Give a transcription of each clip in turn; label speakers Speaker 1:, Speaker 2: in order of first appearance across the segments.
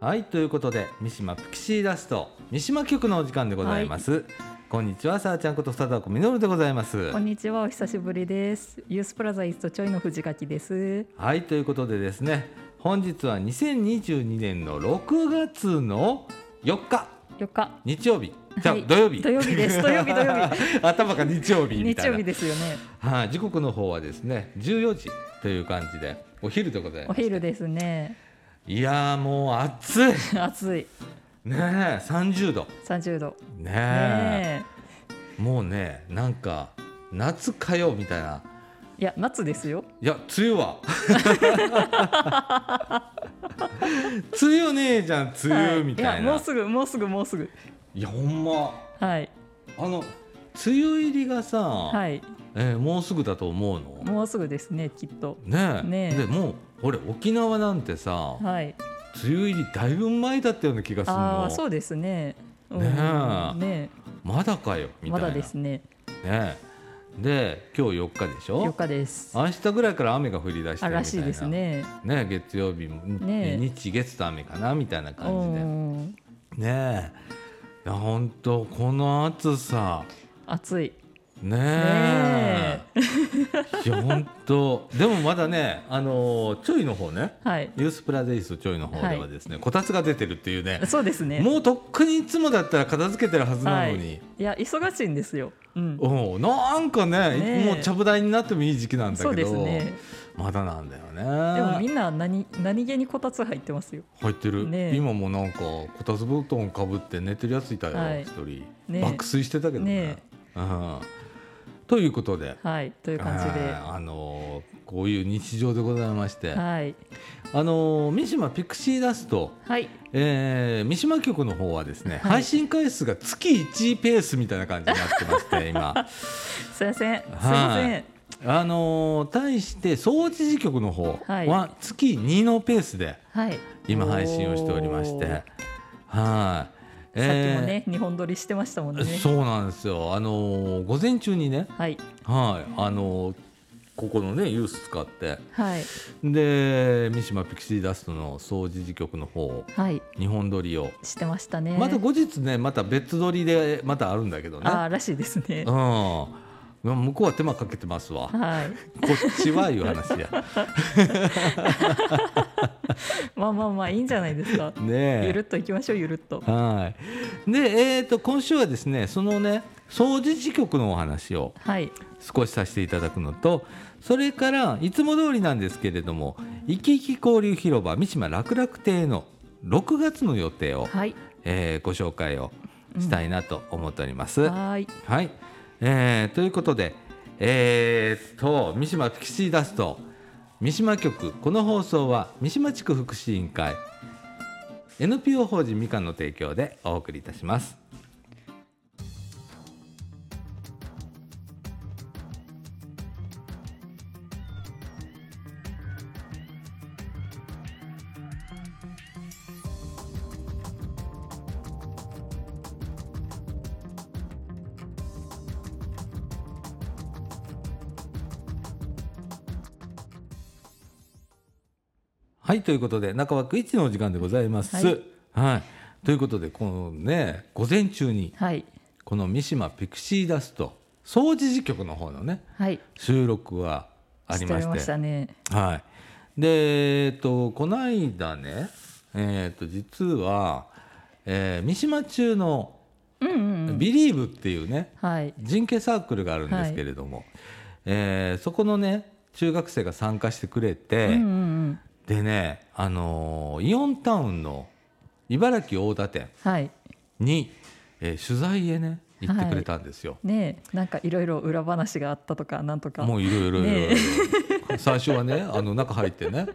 Speaker 1: はいということで三島ピクシーダスト三島局のお時間でございます、こんにちはさあちゃんこと貞子みのるでございます
Speaker 2: こんにちは、お久しぶりです。ユースプラザイーストちょいの藤垣です。
Speaker 1: はいということでですね本日は2022年の6月の4日
Speaker 2: 4日。
Speaker 1: 日曜日じゃあ、
Speaker 2: はい
Speaker 1: 土曜日
Speaker 2: 土曜日です土曜日土曜
Speaker 1: 頭が日曜日み
Speaker 2: 日
Speaker 1: たいな
Speaker 2: 曜日ですよ ね。
Speaker 1: はい、時刻の方はですね14時という感じでお昼でござい
Speaker 2: お
Speaker 1: ます
Speaker 2: 昼ですね。
Speaker 1: いやーもう暑いね
Speaker 2: 暑い。
Speaker 1: え30度
Speaker 2: 30度。
Speaker 1: ね
Speaker 2: ね
Speaker 1: え
Speaker 2: え。
Speaker 1: もうねなんか夏かよみたいない
Speaker 2: や、夏ですよ。
Speaker 1: いや梅雨は 梅雨ねえじゃん梅
Speaker 2: は
Speaker 1: 雨みたいな、
Speaker 2: や、も
Speaker 1: い、
Speaker 2: うすぐ、もうすぐ、もうすぐ。
Speaker 1: やほんま
Speaker 2: はい。
Speaker 1: あの梅雨入りがさ、
Speaker 2: はい。
Speaker 1: えーもうすぐだと思うの
Speaker 2: もうすぐですね、きっと。
Speaker 1: ねえ
Speaker 2: ねえ
Speaker 1: でもう俺沖縄なんてさ、
Speaker 2: はい。
Speaker 1: 梅雨入りだいぶ前だったような気がする
Speaker 2: ああ、そ
Speaker 1: の
Speaker 2: うですね。うん
Speaker 1: ねえ
Speaker 2: ね
Speaker 1: まだかよ
Speaker 2: え。
Speaker 1: みた
Speaker 2: ま
Speaker 1: いな
Speaker 2: だですね。
Speaker 1: ねで今日4日でし
Speaker 2: 4
Speaker 1: ょ
Speaker 2: 日です。
Speaker 1: 明日ぐらいから雨が降り出してみた
Speaker 2: あ
Speaker 1: いな
Speaker 2: らしいですね。
Speaker 1: ね月曜日も
Speaker 2: ね
Speaker 1: 日月と雨かなみたいな
Speaker 2: う
Speaker 1: 感
Speaker 2: ん。
Speaker 1: じでねえいや本当この暑さ
Speaker 2: 暑い。
Speaker 1: ねえ
Speaker 2: ね
Speaker 1: いや本当でもまだねあのーちょいの方ね
Speaker 2: はい。
Speaker 1: ユースプラデイスちょいの方ではですね、こたつが出てるっていうね
Speaker 2: そうですね。
Speaker 1: もうとっくにいつもだったら片付けてるはずなのに、
Speaker 2: いや忙しいんですよ。うん。
Speaker 1: おなんかね
Speaker 2: ねえ
Speaker 1: もうちゃぶ台になってもいい時期なん
Speaker 2: そ
Speaker 1: だ
Speaker 2: う
Speaker 1: け
Speaker 2: です
Speaker 1: ど、
Speaker 2: ね。
Speaker 1: まだなんだよね
Speaker 2: でもみんな何何気にこたつ入ってますよ。
Speaker 1: 入ってる、
Speaker 2: ねえ
Speaker 1: 今もなんかこたつ布団かぶって寝てるやついたよ一、
Speaker 2: はい
Speaker 1: 人、
Speaker 2: ねえ
Speaker 1: 爆睡してたけどね
Speaker 2: ね
Speaker 1: うん、ということで
Speaker 2: はいという感じ
Speaker 1: えーあのーこういう日常でございまして、
Speaker 2: で。はい
Speaker 1: あのー三島ピクシーダスト、
Speaker 2: はい
Speaker 1: えー三島局の方はですね、
Speaker 2: い
Speaker 1: 配信回数が月1ペースみたいな感じになってまして 今。
Speaker 2: すいませんすいません
Speaker 1: あのー対して総知事局の方
Speaker 2: はい
Speaker 1: は月2のペースで
Speaker 2: はい。
Speaker 1: 今配信をしておりまして、
Speaker 2: おー
Speaker 1: はい
Speaker 2: さっ、きもね日本撮りしてましたもん
Speaker 1: え
Speaker 2: ね
Speaker 1: ー。そうなんですよ。あのー午前中にね、
Speaker 2: はい
Speaker 1: はい、あのーここのねユース使って
Speaker 2: はい
Speaker 1: で三島ピクシーダストの総知事局の方
Speaker 2: はい
Speaker 1: 日本撮りを、
Speaker 2: してましたね。
Speaker 1: また後日ねまた別撮りでまたあるんだけどね。
Speaker 2: ああらしいですね
Speaker 1: うん。まあ向こうは手間かけてますわ。
Speaker 2: はい
Speaker 1: こっちはいう話や。
Speaker 2: まあまあまあいいんじゃないですか。
Speaker 1: ねえ
Speaker 2: ゆるっといきましょうゆるっと。
Speaker 1: はい。で、えっ、と今週はですね、そのね、掃除時局のお話を
Speaker 2: はい
Speaker 1: 少しさせていただくのと、それからいつも通りなんですけれども、生き生き交流広場三島楽楽亭の6月の予定を、
Speaker 2: はい
Speaker 1: えーご紹介をしたいなと思っております。
Speaker 2: はい
Speaker 1: はい、えーということで、えーっと三島ピクシーダスト三島局この放送は三島地区福祉委員会 NPO 法人みかんの提供でお送りいたします。はいということで中枠一のお時間でございます。は
Speaker 2: はい
Speaker 1: い、ということでこのね午前中に
Speaker 2: はい
Speaker 1: この三島ピクシーダスト総知事局の方のね
Speaker 2: はい。
Speaker 1: 収録はありま
Speaker 2: してお
Speaker 1: し
Speaker 2: ま
Speaker 1: て
Speaker 2: したね。
Speaker 1: はい、で、えっとこの間ね、えっと実は、えー三島中の
Speaker 2: うんうん
Speaker 1: 「
Speaker 2: うん。
Speaker 1: ビリーブっていうね、
Speaker 2: はい
Speaker 1: 人形サークルがあるんですけれども、えーそこのね中学生が参加してくれて、
Speaker 2: うんうんうん。
Speaker 1: でね、あのーイオンタウンの茨城大田店
Speaker 2: はい。
Speaker 1: に、えー取材へね行ってくれたんですよ。
Speaker 2: ねえなんかいろいろ裏話があったとかなんとか
Speaker 1: もういろいろいろいろい
Speaker 2: ね
Speaker 1: ろ 最初はねあの中入ってね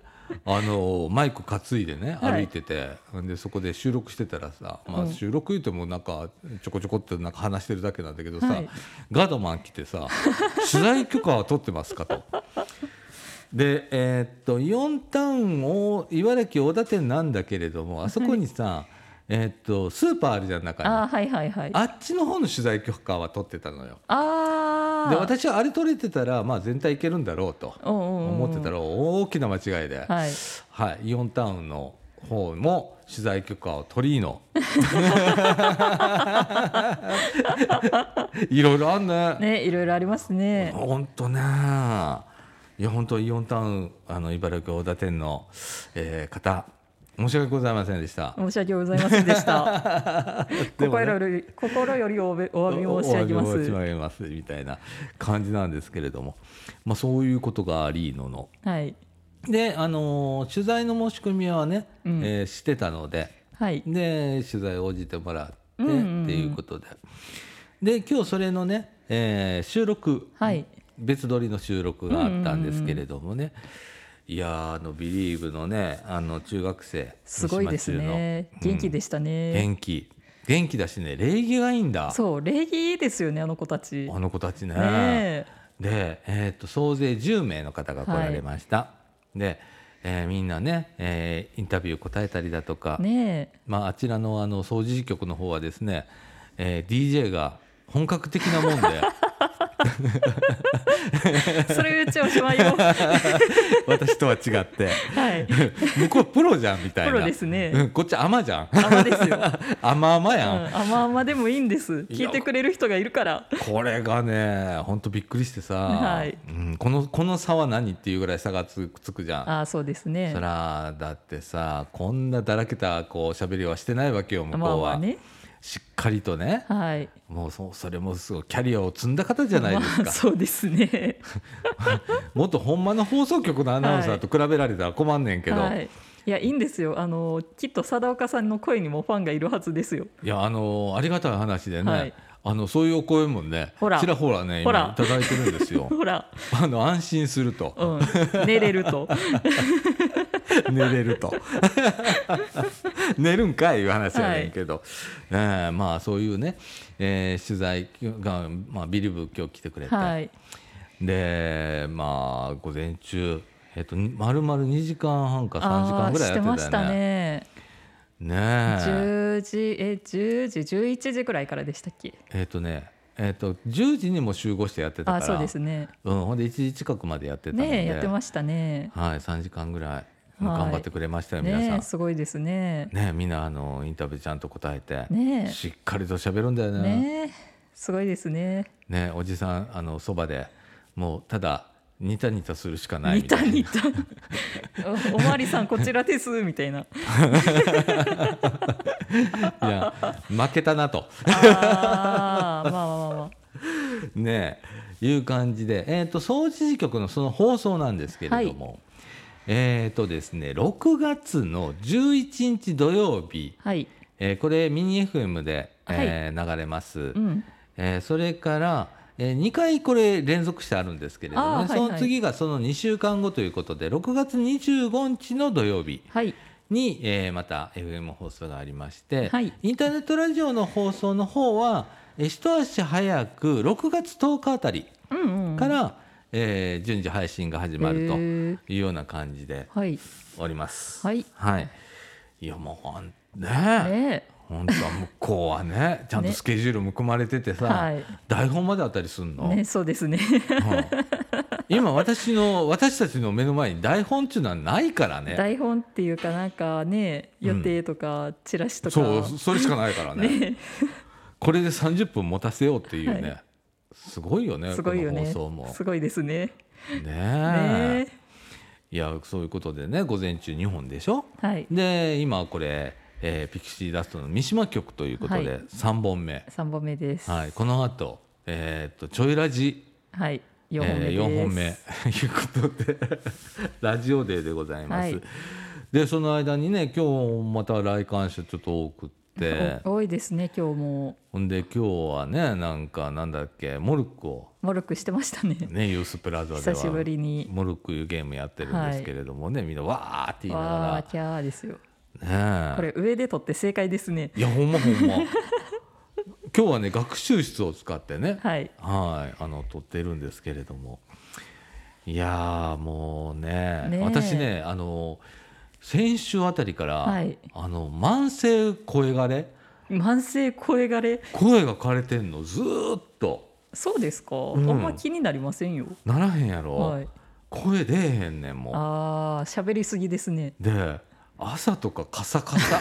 Speaker 1: あのマイク担いでね
Speaker 2: はい
Speaker 1: 歩いてて、でそこで収録してたらさ、まあ、
Speaker 2: うん
Speaker 1: 収録言ってもなんかちょこちょこってなんか話してるだけなんだけどさ、
Speaker 2: はい
Speaker 1: ガードマン来てさ「取材許可は取ってますか?」と。でえーっとイオンタウンを茨城大田店なんだけれどもあそこにさ、えーっとスーパーあるじゃん中に
Speaker 2: あ
Speaker 1: あ
Speaker 2: あはいはいはい
Speaker 1: っちの方の取材許可は取ってたのよ。
Speaker 2: あー
Speaker 1: で私はあれ取れてたら、まあ、全体いけるんだろうと
Speaker 2: うんうんうん
Speaker 1: 思ってたら大きな間違いで、はい
Speaker 2: はい
Speaker 1: イオンタウンの方も取材許可を取り のいろいろあんね
Speaker 2: ね、いろいろありますね。
Speaker 1: 本当ねいや本当イオンタウンあの茨城大田店の、えー方申し訳ございませんでした
Speaker 2: 申し訳ございませんでした。
Speaker 1: でも
Speaker 2: 心
Speaker 1: ね
Speaker 2: より、心よりおべお詫び申し上げま
Speaker 1: お詫び申し
Speaker 2: す。
Speaker 1: 上げますみたいな感じなんですけれども、まあ、そういうことがありのの
Speaker 2: はい。
Speaker 1: で、あのー取材の申し込みはね、
Speaker 2: うん
Speaker 1: えーしてたので
Speaker 2: はい。
Speaker 1: で取材応じてもらって、
Speaker 2: うんうんうん
Speaker 1: っていうことでで今日それのね、えー収録、
Speaker 2: はい。
Speaker 1: 別撮りの収録があったんですけれどもね、いやーあの「ビリーブのねあの中学生
Speaker 2: すごいですね。元気で
Speaker 1: し
Speaker 2: した
Speaker 1: た
Speaker 2: ね。
Speaker 1: 元気元気だしね礼儀がいいんだ
Speaker 2: そう、礼儀いいですよね、あの子たち。ね
Speaker 1: あの子たちね。
Speaker 2: え。
Speaker 1: で、えー、と総勢10名の方が来られました。で、えーみんなね、えーインタビュー答えたりだとか、
Speaker 2: ねえ。
Speaker 1: まあ、あちらのあの総事局の方はですね、えー DJ が本格的なもんで
Speaker 2: それうちお しまいよ。は
Speaker 1: 私とは違って
Speaker 2: い。
Speaker 1: 向こうプロじゃんみたいな
Speaker 2: プロですね
Speaker 1: うんこっち甘じゃん
Speaker 2: 甘ですよ。
Speaker 1: 甘々
Speaker 2: う
Speaker 1: やん、
Speaker 2: ん、甘々でもいいんです。聞いてくれる人がいるから。
Speaker 1: これがねほんとびっくりしてさ、
Speaker 2: はい
Speaker 1: うん、このこの差は何っていうぐらい差がつつくじゃん
Speaker 2: ああ、そうですね
Speaker 1: そ。らだってさこんなだらけたこう喋りはしてないわけよ向こう
Speaker 2: まあ
Speaker 1: は、
Speaker 2: まあね。
Speaker 1: しっかりとね
Speaker 2: はい。
Speaker 1: もうそそれもすごいキャリアを積んだ方じゃないです
Speaker 2: ま
Speaker 1: か
Speaker 2: あ、、そうですね。
Speaker 1: もっとほんまの放送局のアナウンサーと比べられたら困んねんけど、、
Speaker 2: はいい。いや、いいんですよ。あの、きっと佐岡さんの声にもファンがいるはずですよ。
Speaker 1: やあのーありがたい話でね、
Speaker 2: はい
Speaker 1: あのそういうお声もね
Speaker 2: ほら
Speaker 1: ちらほらね
Speaker 2: ほら
Speaker 1: 今いただいてるんです よ
Speaker 2: ほら、
Speaker 1: あの安心すると
Speaker 2: うん、寝れる と。
Speaker 1: 寝れると 寝るんかいいう話やねんけど、ねえまあそういうね、えー取材が、まあ、ビリブ今日来てくれて、
Speaker 2: はい。
Speaker 1: でまあ午前中えっとまるまる2時間半か3時間ぐらいやってたよね
Speaker 2: あーしてましたね。
Speaker 1: ねえ
Speaker 2: 10時、え、10時、11時くらいからでしたっけ。
Speaker 1: えっ、とねえっ、と10時にも集合してやってた
Speaker 2: あ
Speaker 1: から
Speaker 2: ー、そうですね。
Speaker 1: うん、ほんで1時近くまでやってたので、
Speaker 2: ねえ、やってましたね。
Speaker 1: はい、3時間ぐらい頑張ってくれましたよ、皆さ
Speaker 2: ね
Speaker 1: ん
Speaker 2: え、すごいですね。
Speaker 1: ねえみんなあのインタビューちゃんと答えて、
Speaker 2: ねえ
Speaker 1: しっかりと喋るんだよねね
Speaker 2: ねえ、すごいですね。
Speaker 1: えおじさんあのそばでもうただニタニタするしかない
Speaker 2: 似
Speaker 1: みた
Speaker 2: た
Speaker 1: いな
Speaker 2: 似た。おおまわりさん、こちらですみたいな。
Speaker 1: いや負けたなと
Speaker 2: あーまあまあまあま
Speaker 1: ねえいう感じで、えー、と総知事局のその放送なんですけれども、えっ、とですね6月の11日土曜日、
Speaker 2: あ。はい。
Speaker 1: えーこれミニ FM で、えー流れます、
Speaker 2: うん。
Speaker 1: えーそれから、え2回これ連続してあるんですけれども、
Speaker 2: あ
Speaker 1: ね
Speaker 2: ーはいはい
Speaker 1: その次がその2週間後ということで6月25日の土曜日
Speaker 2: はい。
Speaker 1: に、えーまた FM 放送がありまして、
Speaker 2: はい
Speaker 1: インターネットラジオの放送の方は、えー一足早く6月10日あたり
Speaker 2: うんうん。
Speaker 1: から、えー順次配信が始まると
Speaker 2: へー
Speaker 1: いうような感じで
Speaker 2: はい。
Speaker 1: おります。
Speaker 2: はい。
Speaker 1: はい、いやもうほんね
Speaker 2: ね
Speaker 1: 本当は向こうはねちゃんとスケジュールも組まれててさ、
Speaker 2: はい
Speaker 1: 台本まであったりすんの、
Speaker 2: ね、そうですね。
Speaker 1: うん今私の私たちの目の前に台本っていうのはないからね
Speaker 2: 台本っていうか、なんかね、予定とか、チラシとか。
Speaker 1: そうそれしかないからね
Speaker 2: ね。
Speaker 1: これで30分持たせようっていうね、
Speaker 2: は
Speaker 1: すごいよね
Speaker 2: すごいよ
Speaker 1: この放
Speaker 2: ね
Speaker 1: 送も。
Speaker 2: すごいですね。
Speaker 1: ねえ
Speaker 2: ね
Speaker 1: いやそういうことでね午前中2本でしょ
Speaker 2: はい。
Speaker 1: で今これ、えーピクシーダストの三島局ということ
Speaker 2: は
Speaker 1: で
Speaker 2: い
Speaker 1: 3本目、
Speaker 2: 三本目です。
Speaker 1: はいこの後、えー、とちょいラジ
Speaker 2: はい。四
Speaker 1: え
Speaker 2: 本目です。
Speaker 1: ー四本目 いうことで ラジオデーでございます。
Speaker 2: はい
Speaker 1: でその間にね今日また来館者ちょっと多くって
Speaker 2: お多いですね。今日も。
Speaker 1: ほんで今日はねなんかなんだっけモルックを
Speaker 2: モルックしてましたね。
Speaker 1: ねユースプラザで
Speaker 2: 久しぶ
Speaker 1: は
Speaker 2: りに。
Speaker 1: モルックいうゲームやってるんですけれどもね、みんなわーって言いな
Speaker 2: わあ、
Speaker 1: が
Speaker 2: キャーですよ。
Speaker 1: ら
Speaker 2: こ
Speaker 1: ね
Speaker 2: れ上で撮って正解ですね。
Speaker 1: えいやほんまほんま 今日はね学習室を使ってね
Speaker 2: はい。
Speaker 1: はい、あの撮ってるんですけれどもいやーもうね
Speaker 2: ねえ
Speaker 1: 私ねあの先週あたりから、
Speaker 2: はい
Speaker 1: あの慢性声がれ
Speaker 2: 慢性声がれ。
Speaker 1: 声が枯れてんのずーっと
Speaker 2: そうですか。
Speaker 1: ん
Speaker 2: あんま気になりませんよ。
Speaker 1: ならへんやろ、
Speaker 2: はい。
Speaker 1: 声出えへんねんも
Speaker 2: ああ、喋りすぎですね。
Speaker 1: うで朝とかカサカサ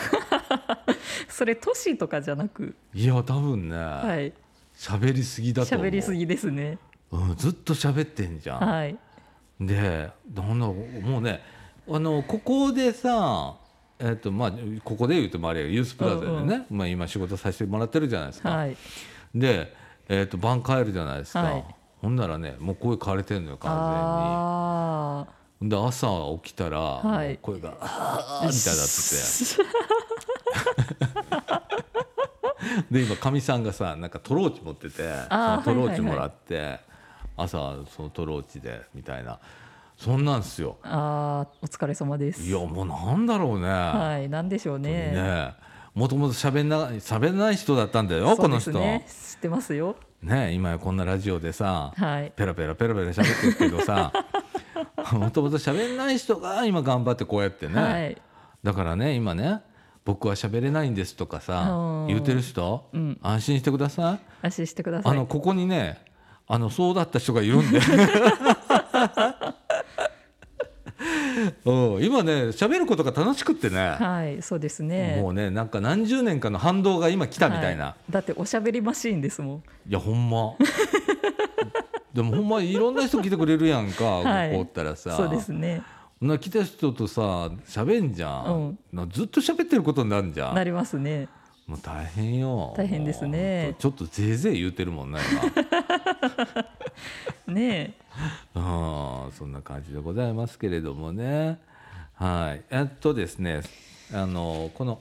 Speaker 2: それ都市とかじゃなく、
Speaker 1: いや多分ね
Speaker 2: はい、
Speaker 1: 喋、りすぎだと思う
Speaker 2: 喋りすぎですね。
Speaker 1: うん、ずっと喋ってんじゃん、
Speaker 2: はい、
Speaker 1: でなんだろうもうねあのここでさえっとまあ、ここで言うともあれやユースプラザでね、まあ、今仕事させてもらってるじゃないですか、
Speaker 2: はい、
Speaker 1: で、えっと晩帰るじゃないですか、
Speaker 2: はい
Speaker 1: ほんならねもう声枯れてんのよ完
Speaker 2: あ
Speaker 1: 全にで朝起きたら、
Speaker 2: はい
Speaker 1: もう声が「あー」みたいになって
Speaker 2: あ、
Speaker 1: てで今かみさんがさなんかトローチ持っててその
Speaker 2: あー
Speaker 1: トロー
Speaker 2: はいはいは
Speaker 1: チ
Speaker 2: い
Speaker 1: もらって、朝そのトローチでみたいなそんなんですよ。
Speaker 2: あー、お疲れ様です。
Speaker 1: いやもうなんだろうね。
Speaker 2: はい、なんでしょうね。
Speaker 1: ねもともと喋んな喋んない人だったんだよ、
Speaker 2: そ
Speaker 1: こ
Speaker 2: う
Speaker 1: の
Speaker 2: で
Speaker 1: 人
Speaker 2: す
Speaker 1: ね
Speaker 2: ね。知ってますよ。
Speaker 1: 今やこんなラジオでさ、
Speaker 2: はい。
Speaker 1: ペラペラペラペラ喋ってるけど さもともと喋んない人が今頑張ってこうやってね、
Speaker 2: はい。
Speaker 1: だからね今ね僕は喋れないんですとかさ
Speaker 2: うん
Speaker 1: 言ってる人、
Speaker 2: うん
Speaker 1: 安心してください、
Speaker 2: 安心してくださ
Speaker 1: あ
Speaker 2: い。
Speaker 1: のここにねあのそうだった人がいる んでうん今ね喋ることが楽しくってね、
Speaker 2: はい、そうですね。
Speaker 1: もうねなんか何十年かの反動が今来たみたいな、
Speaker 2: はだっておしゃべりマシーンですもん。
Speaker 1: い、やほんま でもほんまいろんな人来てくれるやんか、
Speaker 2: はい
Speaker 1: ここおったらさ
Speaker 2: そうですね。
Speaker 1: な来た人とさ喋んじゃん、なずっと喋ってることになるんじゃん
Speaker 2: なりますね。
Speaker 1: もう大変よ
Speaker 2: 大変ですね
Speaker 1: もうちょっとぜいぜい言うてるもんね
Speaker 2: ね
Speaker 1: 今うんそんな感じでございますけれどもねはいえっとですねあのこの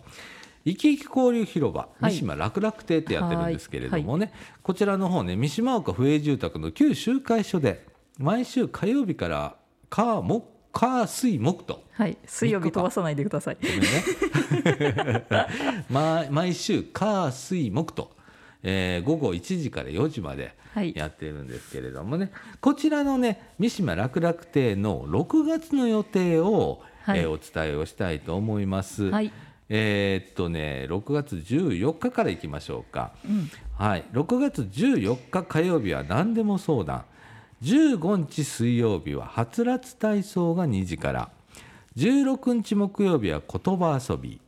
Speaker 1: 生き生き交流広場、
Speaker 2: はい
Speaker 1: 三島楽々亭ってやってるんですけれどもね、こちらの方ね三島岡府営住宅の旧集会所で毎週火曜日から火木火水木と
Speaker 2: え。はい。水曜日飛ばさないでください。
Speaker 1: ごめんね ま毎週火水木と、えー午後1時から4時まで
Speaker 2: はい
Speaker 1: やってるんですけれどもね、こちらのね三島楽々亭の6月の予定を、
Speaker 2: はい
Speaker 1: えーお伝えをしたいと思います。
Speaker 2: はい
Speaker 1: えーっとね6月14日からいきましょうか。
Speaker 2: うん。
Speaker 1: はい、6月14日火曜日は何でも相談15日水曜日ははつらつ体操が2時から16日木曜日は言葉遊び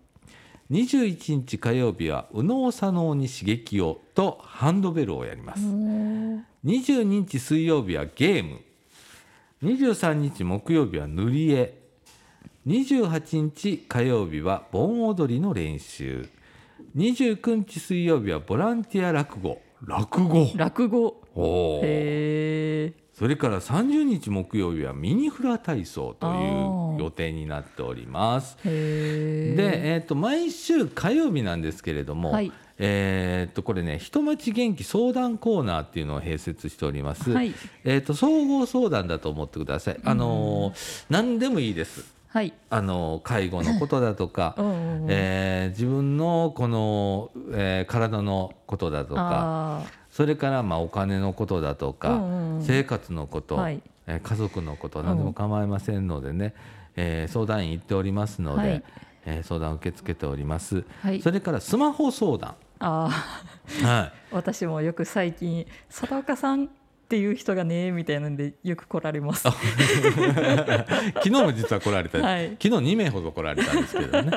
Speaker 1: 21日火曜日は右脳左脳に刺激をとハンドベルをやります22日水曜日はゲーム23日木曜日は塗り絵28日火曜日は盆踊りの練習29日水曜日はボランティア落語落語
Speaker 2: 落語。
Speaker 1: おー
Speaker 2: へえ。
Speaker 1: それから30日木曜日はミニフラ体操と
Speaker 2: あ
Speaker 1: いう
Speaker 2: ー
Speaker 1: 予定になっております
Speaker 2: へえ。
Speaker 1: で、えー、と毎週火曜日なんですけれども、
Speaker 2: はい
Speaker 1: えー、とこれね「人町元気相談コーナー」っていうのを併設しております、
Speaker 2: はい
Speaker 1: えー、と総合相談だと思ってください、あのー何でもいいです、
Speaker 2: はい。
Speaker 1: あのー介護のことだとか
Speaker 2: う、んうん。
Speaker 1: えー自分のこの、えー体のことだとか
Speaker 2: あ
Speaker 1: それからまあお金のことだとか、
Speaker 2: うんうんうん
Speaker 1: 生活のこと、
Speaker 2: はい
Speaker 1: えー家族のこと何でも構いませんのでね、えー相談員行っておりますので、
Speaker 2: はい
Speaker 1: えー相談受け付けております、
Speaker 2: はい
Speaker 1: それからスマホ相談、
Speaker 2: あ。あ
Speaker 1: は
Speaker 2: あ。私もよく最近佐岡さんっていう人がねみたいなんでよく来られます。
Speaker 1: い、昨日も実は来られた、
Speaker 2: はい
Speaker 1: 昨日2名ほど来られたんですけどね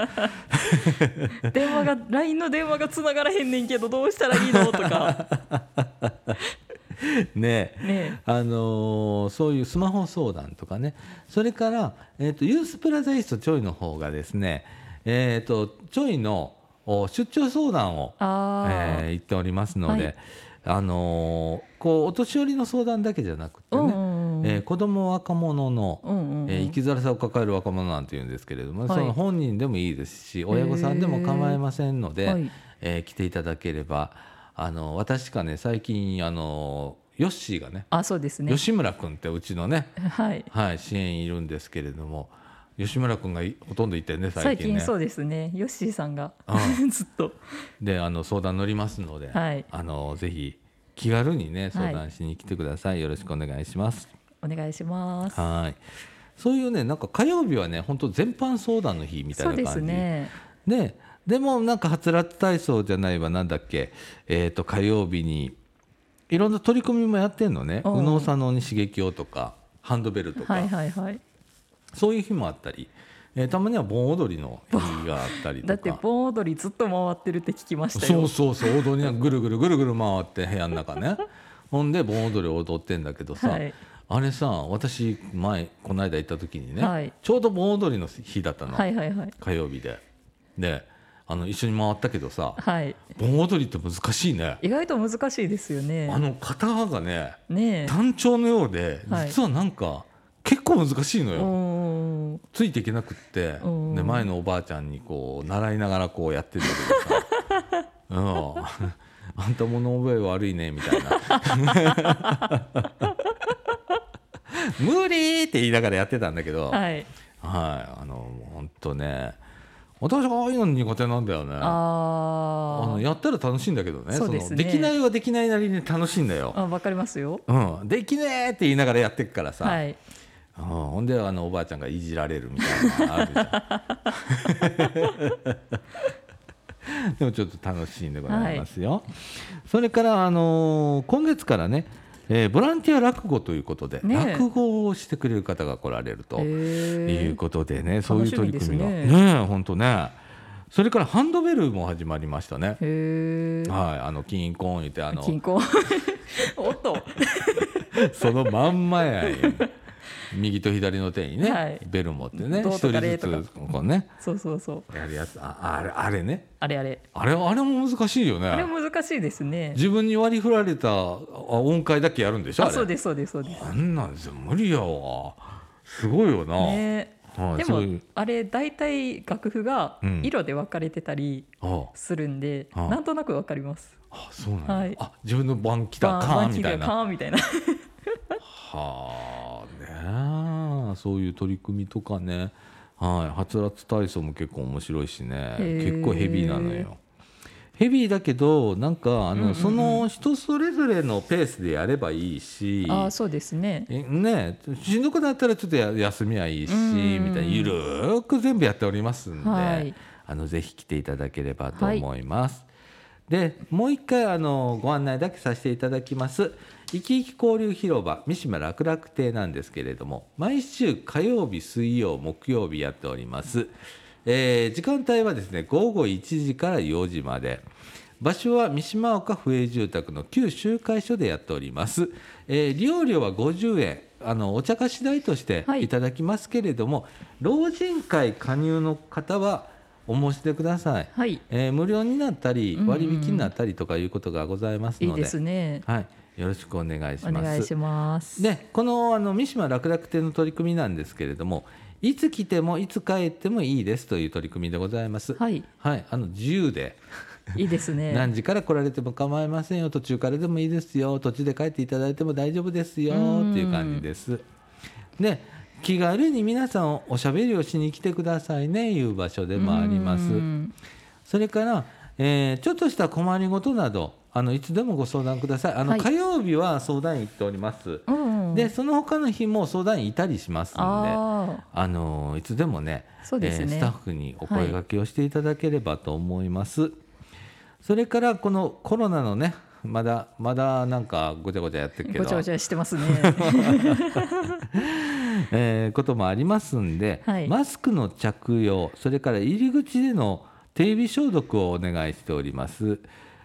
Speaker 2: 電話が LINE の電話が繋がらへんねんけどどうしたらいいのと か
Speaker 1: ねえ
Speaker 2: ね
Speaker 1: あのーそういうスマホ相談とかねそれから、えー、とユースプラザイストチョイの方がですね、えー、とチョイのお出張相談を、
Speaker 2: ああ、
Speaker 1: えー行っておりますので、
Speaker 2: はい
Speaker 1: あのーこうお年寄りの相談だけじゃなくて
Speaker 2: うんう
Speaker 1: ね、
Speaker 2: んうん
Speaker 1: えー子供若者の、
Speaker 2: うんうんうん
Speaker 1: えー生きづらさを抱える若者なんていうんですけれども、
Speaker 2: はい
Speaker 1: その本人でもいいですし親御さんでも構いませんので、
Speaker 2: へーはい
Speaker 1: えー来ていただければあの私かね最近あのヨッシーがね
Speaker 2: あそうですね。
Speaker 1: 吉村君ってうちのね、
Speaker 2: はい。
Speaker 1: はい、支援員いるんですけれども吉村君がいほとんどいてね最
Speaker 2: 最
Speaker 1: 近ね
Speaker 2: 近そうですね。ヨッシーさんが
Speaker 1: あ
Speaker 2: ずっと
Speaker 1: であの相談乗りますので、
Speaker 2: はい
Speaker 1: あのぜひ気軽にね相談しに来てください、よろしくお願いします
Speaker 2: お願いします。
Speaker 1: はいそういうねなんか火曜日はね本当全般相談の日みたい
Speaker 2: そ
Speaker 1: な
Speaker 2: う
Speaker 1: 感
Speaker 2: で
Speaker 1: じ
Speaker 2: すね。
Speaker 1: ねでもなんかはつらつ体操じゃないわなんだっけえっ、と火曜日にいろんな取り組みもやってんのね
Speaker 2: うん
Speaker 1: 右脳左脳に刺激をとかハンドベルとか、
Speaker 2: はいはいはい。
Speaker 1: そういう日もあったりえーたまには盆踊りの日があったりとか
Speaker 2: だって盆踊りずっと回ってるって聞きました
Speaker 1: そ
Speaker 2: よ
Speaker 1: うそうそう踊りなぐるぐるぐるぐる回って部屋の中 ねほんで盆踊りを踊ってんだけどさ、
Speaker 2: はい
Speaker 1: あれさ私前この間行った時にね、
Speaker 2: はい
Speaker 1: ちょうど盆踊りの日だったの、
Speaker 2: はいはいはい
Speaker 1: 火曜日でであの一緒に回ったけどさ
Speaker 2: はい
Speaker 1: 盆踊りって難しいね
Speaker 2: 意外と難しいですよね
Speaker 1: あの肩がね
Speaker 2: ねえ
Speaker 1: 単調のようで
Speaker 2: はい
Speaker 1: 実はなんか結構難しいの
Speaker 2: う
Speaker 1: よ、
Speaker 2: ーん
Speaker 1: ついていけなくって
Speaker 2: うん
Speaker 1: で前のおばあちゃんにこう習いながらこうやってるんだ けどさ「うん あんた物覚え悪いね」みたいな「 無理!」って言いながらやってたんだけど、はい
Speaker 2: はい
Speaker 1: あの本当ね私ああいうの苦手なんだよねあ
Speaker 2: あ
Speaker 1: の
Speaker 2: ー
Speaker 1: やったら楽しいんだけどね
Speaker 2: そうです
Speaker 1: ので
Speaker 2: ね
Speaker 1: きないはできないなりに楽しいんだよ。
Speaker 2: あわかりますよ
Speaker 1: うん、できねえって言いながらやってくからさ、
Speaker 2: はい
Speaker 1: うんほんであのおばあちゃんがいじられるみたいなのあるじゃん。 でもちょっと楽しいんでございますよ。それから、あのー今月からね、えーボランティア落語ということで、
Speaker 2: ねえ
Speaker 1: 落語をしてくれる方が来られるとい
Speaker 2: え
Speaker 1: うことでね、そういう取り組みが
Speaker 2: 楽しみ
Speaker 1: ね
Speaker 2: です
Speaker 1: え本当ねそれからハンドベルも始まりましたね。
Speaker 2: へえ
Speaker 1: はい、あのキンコーン言ってあの
Speaker 2: 金庫 おっと
Speaker 1: そのまんまやん よ右と左の手にね、
Speaker 2: はい
Speaker 1: ベル持ってね
Speaker 2: どう
Speaker 1: 一
Speaker 2: と
Speaker 1: 人
Speaker 2: か
Speaker 1: ず
Speaker 2: 礼とか
Speaker 1: つこうね
Speaker 2: そうそうそう
Speaker 1: やるやつああれあれね
Speaker 2: あれあれ
Speaker 1: あれあれも難しいよ
Speaker 2: あれ
Speaker 1: ね
Speaker 2: 難しいですね
Speaker 1: 自分に割り振られたあ音階だけやるんでしょあ
Speaker 2: あ
Speaker 1: れ
Speaker 2: そうですそうですそうです
Speaker 1: あんなんですよ無理やわすごいよな、
Speaker 2: ね
Speaker 1: はい、
Speaker 2: で
Speaker 1: そうい
Speaker 2: も
Speaker 1: う
Speaker 2: あれ大体楽譜が
Speaker 1: うん
Speaker 2: 色で分かれてたり
Speaker 1: あ
Speaker 2: するんで、
Speaker 1: ああ
Speaker 2: なんとなく分かります。
Speaker 1: あそうなんだ、
Speaker 2: はい
Speaker 1: あ自分の番来たカーンみたいな
Speaker 2: カーンみたいな。
Speaker 1: はあねえそういう取り組みとかね、はい、はつらつ体操も結構面白いしね
Speaker 2: へえ
Speaker 1: 結構ヘビーなのよヘビーだけどなんかあの、
Speaker 2: うんうんうん
Speaker 1: その人それぞれのペースでやればいいし
Speaker 2: ああそうですね。
Speaker 1: えねしんどくなったらちょっとや休みはいいし、
Speaker 2: うんうんうん
Speaker 1: みたいなゆるーく全部やっておりますんで、
Speaker 2: はい
Speaker 1: あのぜひ来ていただければと思います。でもう一回あのご案内だけさせていただきます生き生き交流広場三島楽楽亭なんですけれども毎週火曜日水曜木曜日やっております、えー時間帯はですね午後1時から4時まで場所は三島岡府営住宅の旧集会所でやっております、えー利用料は50円あのお茶菓子代として
Speaker 2: はい
Speaker 1: いただきますけれども、老人会加入の方はお申し出ください
Speaker 2: はい。
Speaker 1: えー無料になったり
Speaker 2: うんうん
Speaker 1: 割引になったりとかいうことがございます
Speaker 2: いい
Speaker 1: ので,、
Speaker 2: ですね。
Speaker 1: はい、よろしくお願いし
Speaker 2: お
Speaker 1: ます。
Speaker 2: 願いします。
Speaker 1: でこのあの三島楽楽亭の取り組みなんですけれどもいつ来てもいつ帰ってもいいですという取り組みでございます。はい、
Speaker 2: はい。
Speaker 1: あの自由で
Speaker 2: いいですね。
Speaker 1: 何時から来られても構いませんよ途中からでもいいですよ途中で帰っていただいても大丈夫ですよ
Speaker 2: うん
Speaker 1: っていう感じです。で気軽に皆さんおしゃべりをしに来てくださいねいう場所でもあります
Speaker 2: う。ん
Speaker 1: それから、えーちょっとした困りごとなどあのいつでもご相談くださいあの、
Speaker 2: はい
Speaker 1: 火曜日は相談員行っております、
Speaker 2: うんうん。
Speaker 1: でその他の日も相談員いたりしますんであ
Speaker 2: あ
Speaker 1: のーいつでもね
Speaker 2: あそうです
Speaker 1: えース
Speaker 2: ね
Speaker 1: タッ。フにお声掛けをしていただければと思います、それからこのコロナのねまだまだなんかごちゃごちゃやってるけ
Speaker 2: ご
Speaker 1: ど
Speaker 2: ちゃごちゃしてます ね。
Speaker 1: えーこともありますんで、
Speaker 2: はい
Speaker 1: マスクの着用それから入り口での手指消毒をお願いしております、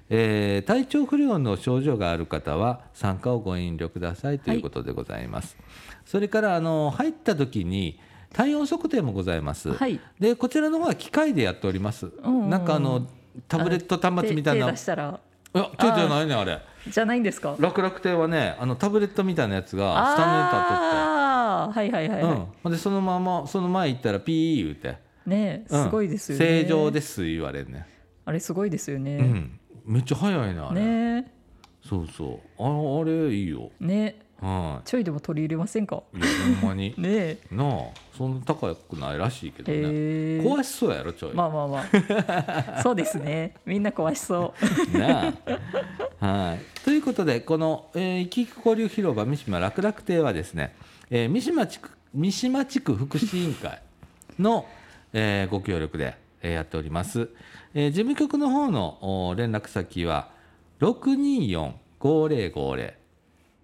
Speaker 1: えー体調不良の症状がある方は参加をご遠慮くださいということでございます、それからあの入った時に体温測定もございます、
Speaker 2: はい。
Speaker 1: でこちらの方は機械でやっております、
Speaker 2: んうん
Speaker 1: なんかあのタブレット端末みたい
Speaker 2: 手
Speaker 1: な
Speaker 2: 手出したら
Speaker 1: いや手じゃないねあれ
Speaker 2: じゃないんですか。
Speaker 1: 楽々亭はねあのタブレットみたいなやつがスタンドに立っとって
Speaker 2: ああはいはいはいは
Speaker 1: うん、ほんでそのままその前行ったらピー言うて、
Speaker 2: い。ね
Speaker 1: うん
Speaker 2: すごいですよね。
Speaker 1: 正常です言われんね、
Speaker 2: あれすごいですよ
Speaker 1: う
Speaker 2: ね。
Speaker 1: んめっちゃ早いなあれ、
Speaker 2: ね
Speaker 1: そうそうああれいいよ
Speaker 2: ね
Speaker 1: は
Speaker 2: ちょいでも取り入れませんか。
Speaker 1: いいやほんま に
Speaker 2: ねえ。
Speaker 1: なあそんな高くないらしいけどね、
Speaker 2: へえ
Speaker 1: 壊しそうやろちょい、
Speaker 2: まあまあま あそうですねみんな壊しそ
Speaker 1: なあはいということでこの、えー、生き生き交流広場三島楽楽亭はですね、えー三島地区三島地区福祉委員会の、えーご協力で、えーやっております、えー事務局の方のお連絡先は6245050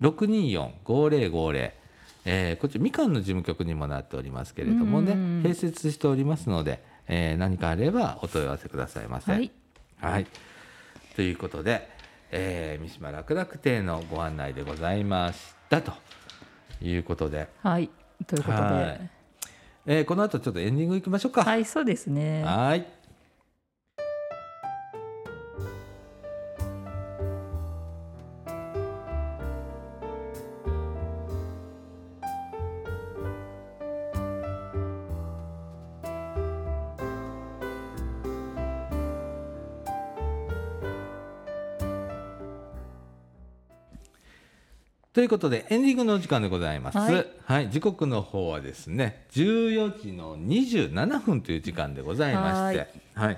Speaker 1: 6245050えーこっちみかんの事務局にもなっておりますけれどもね、
Speaker 2: うんうんうん
Speaker 1: 併設しておりますので、えー何かあればお問い合わせくださいませ。
Speaker 2: はい、
Speaker 1: はい、ということで、えー三島楽楽亭のご案内でございましたということで、
Speaker 2: はい、ということで、
Speaker 1: は
Speaker 2: はいい、
Speaker 1: えーこの後ちょっとエンディングいきましょうか。
Speaker 2: そうですね。
Speaker 1: はい。ということでエンディングのお時間でございます。は
Speaker 2: はいい、
Speaker 1: 時刻の方はですね、14時の27分という時間でございまして、はい。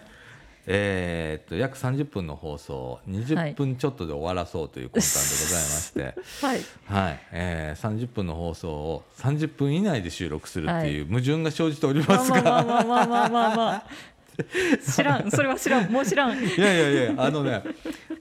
Speaker 1: えーっと約30分の放送を
Speaker 2: は
Speaker 1: 20
Speaker 2: い
Speaker 1: 分ちょっとで終わらそうという魂胆でございまして、
Speaker 2: はい、
Speaker 1: はい、えー、30分の放送を30分以内で収録するっていう矛盾が生じておりますが、
Speaker 2: まあまあまあまあまあまあ、まあ、知ら ん、それは知らん、もう知らん。
Speaker 1: いやいやいやあのね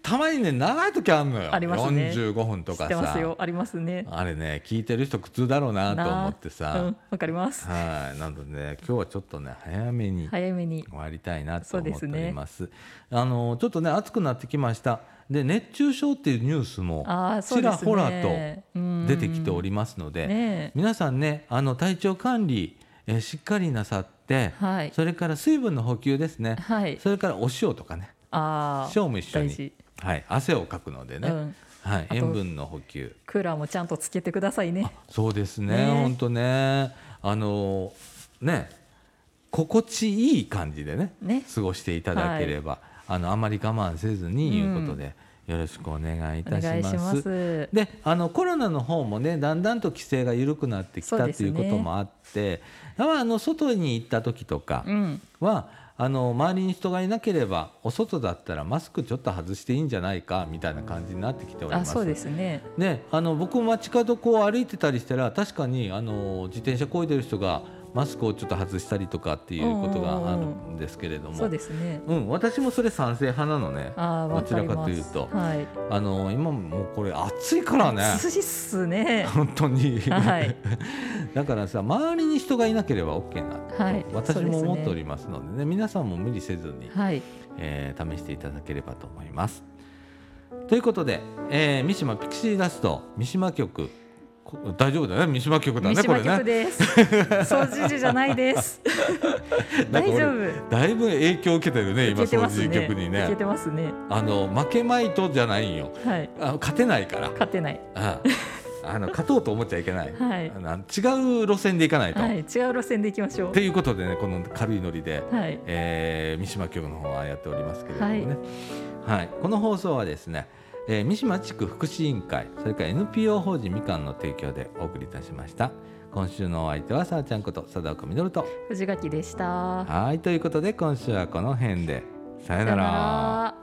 Speaker 1: たまにね長い時あるのよ
Speaker 2: ありますね
Speaker 1: 45分と
Speaker 2: 知
Speaker 1: か
Speaker 2: ってます
Speaker 1: さ
Speaker 2: よ、ありますね。
Speaker 1: あれね聞いてる人苦痛だろうなと思って
Speaker 2: なあう
Speaker 1: さ
Speaker 2: ん、わかります。
Speaker 1: はいなのでね今日はちょっとね早めに
Speaker 2: 早めに、
Speaker 1: 終わりたいなと
Speaker 2: そう
Speaker 1: 思
Speaker 2: で
Speaker 1: って
Speaker 2: す
Speaker 1: お
Speaker 2: ね
Speaker 1: りますあのちょっとね暑くなってきましたで熱中症っていうニュースも
Speaker 2: ああ、そ
Speaker 1: ち
Speaker 2: うで
Speaker 1: ら
Speaker 2: すね。
Speaker 1: ほらと
Speaker 2: と
Speaker 1: 出てきてお
Speaker 2: り
Speaker 1: りますので、
Speaker 2: ねえ、
Speaker 1: 皆さんねあの体調管理、えーしっかりなさって、
Speaker 2: はい、
Speaker 1: それから水分の補給ですね、
Speaker 2: はい、
Speaker 1: それからお塩とかね
Speaker 2: ああ、
Speaker 1: 塩も一緒
Speaker 2: 大
Speaker 1: に、
Speaker 2: 事、
Speaker 1: はい、汗をかくのでね、
Speaker 2: うん、
Speaker 1: はい、
Speaker 2: と
Speaker 1: 塩分の補給
Speaker 2: クーラーもちゃんとつけてくださいね。
Speaker 1: そうですね
Speaker 2: ね
Speaker 1: 本当ねあのーね心地いい感じでね
Speaker 2: ね、
Speaker 1: 過ごしていただければ、あのあまり我慢せずにいうことで、よろしくお願いい
Speaker 2: お
Speaker 1: たし
Speaker 2: 願いし
Speaker 1: ま。
Speaker 2: ますす。
Speaker 1: であのコロナの方もねだんだんと規制が緩くなってき
Speaker 2: そ
Speaker 1: た
Speaker 2: うで
Speaker 1: と
Speaker 2: す
Speaker 1: い
Speaker 2: ね
Speaker 1: うこともあって、やはりあの外に行った時とか
Speaker 2: うん、
Speaker 1: は、あの周りに人がいなければお外だったらマスクちょっと外していいんじゃないかみたいな感じになってきておりま
Speaker 2: あ、
Speaker 1: す。
Speaker 2: そうですね。
Speaker 1: ね、あの僕も街角こう歩いてたりしたら確かにあの自転車こいでる人がマスクをちょっと外したりとかっていうことがあるんですけれども、
Speaker 2: そうですね。
Speaker 1: うん、私もそれ賛成派なのね。
Speaker 2: ああ、わかります。
Speaker 1: どちらかというと
Speaker 2: はい。
Speaker 1: あの今もうこれ暑いからね。
Speaker 2: 寿司っす ね。
Speaker 1: 本当に、
Speaker 2: はい
Speaker 1: だからさ周りに人がいなければ OK なんだと、
Speaker 2: はい
Speaker 1: 私
Speaker 2: そうで
Speaker 1: も
Speaker 2: すね
Speaker 1: 思っておりますのでね皆さんも無理せずに、
Speaker 2: はい。
Speaker 1: えー試していただければと思います。ということで、えー三島ピクシーダスト三島局こ大丈夫だね三島局だね
Speaker 2: 三
Speaker 1: こ
Speaker 2: 島
Speaker 1: れ
Speaker 2: 局
Speaker 1: ね。
Speaker 2: です。掃除時じゃないです。
Speaker 1: なん
Speaker 2: 大
Speaker 1: か俺
Speaker 2: 丈夫。
Speaker 1: だいぶ影響を受けてるね
Speaker 2: い
Speaker 1: 今
Speaker 2: けて
Speaker 1: 掃
Speaker 2: ます
Speaker 1: 除
Speaker 2: ね。
Speaker 1: 局に
Speaker 2: いけ
Speaker 1: ね。
Speaker 2: てますね。
Speaker 1: あの負けまいとじゃないんよ
Speaker 2: はい。
Speaker 1: あ勝てないから。
Speaker 2: 勝てない。
Speaker 1: あ ああの勝とうと思っちゃいけない、
Speaker 2: はい
Speaker 1: あの違う路線で行かないと。
Speaker 2: はい。違う路線で行きましょ
Speaker 1: ということでねこの軽いノリで、
Speaker 2: う。はい。
Speaker 1: えー三島局の方はやっておりますけれどもね、はいこの放送はですね、えー三島地区福祉委員会それから NPO 法人みかんの提供でお送りいたしました今週のお相手はさあちゃんこと佐田岡みのると
Speaker 2: 藤垣でした。
Speaker 1: はいということで今週はこの辺でさよ
Speaker 2: さ
Speaker 1: な
Speaker 2: よな
Speaker 1: ら
Speaker 2: ら。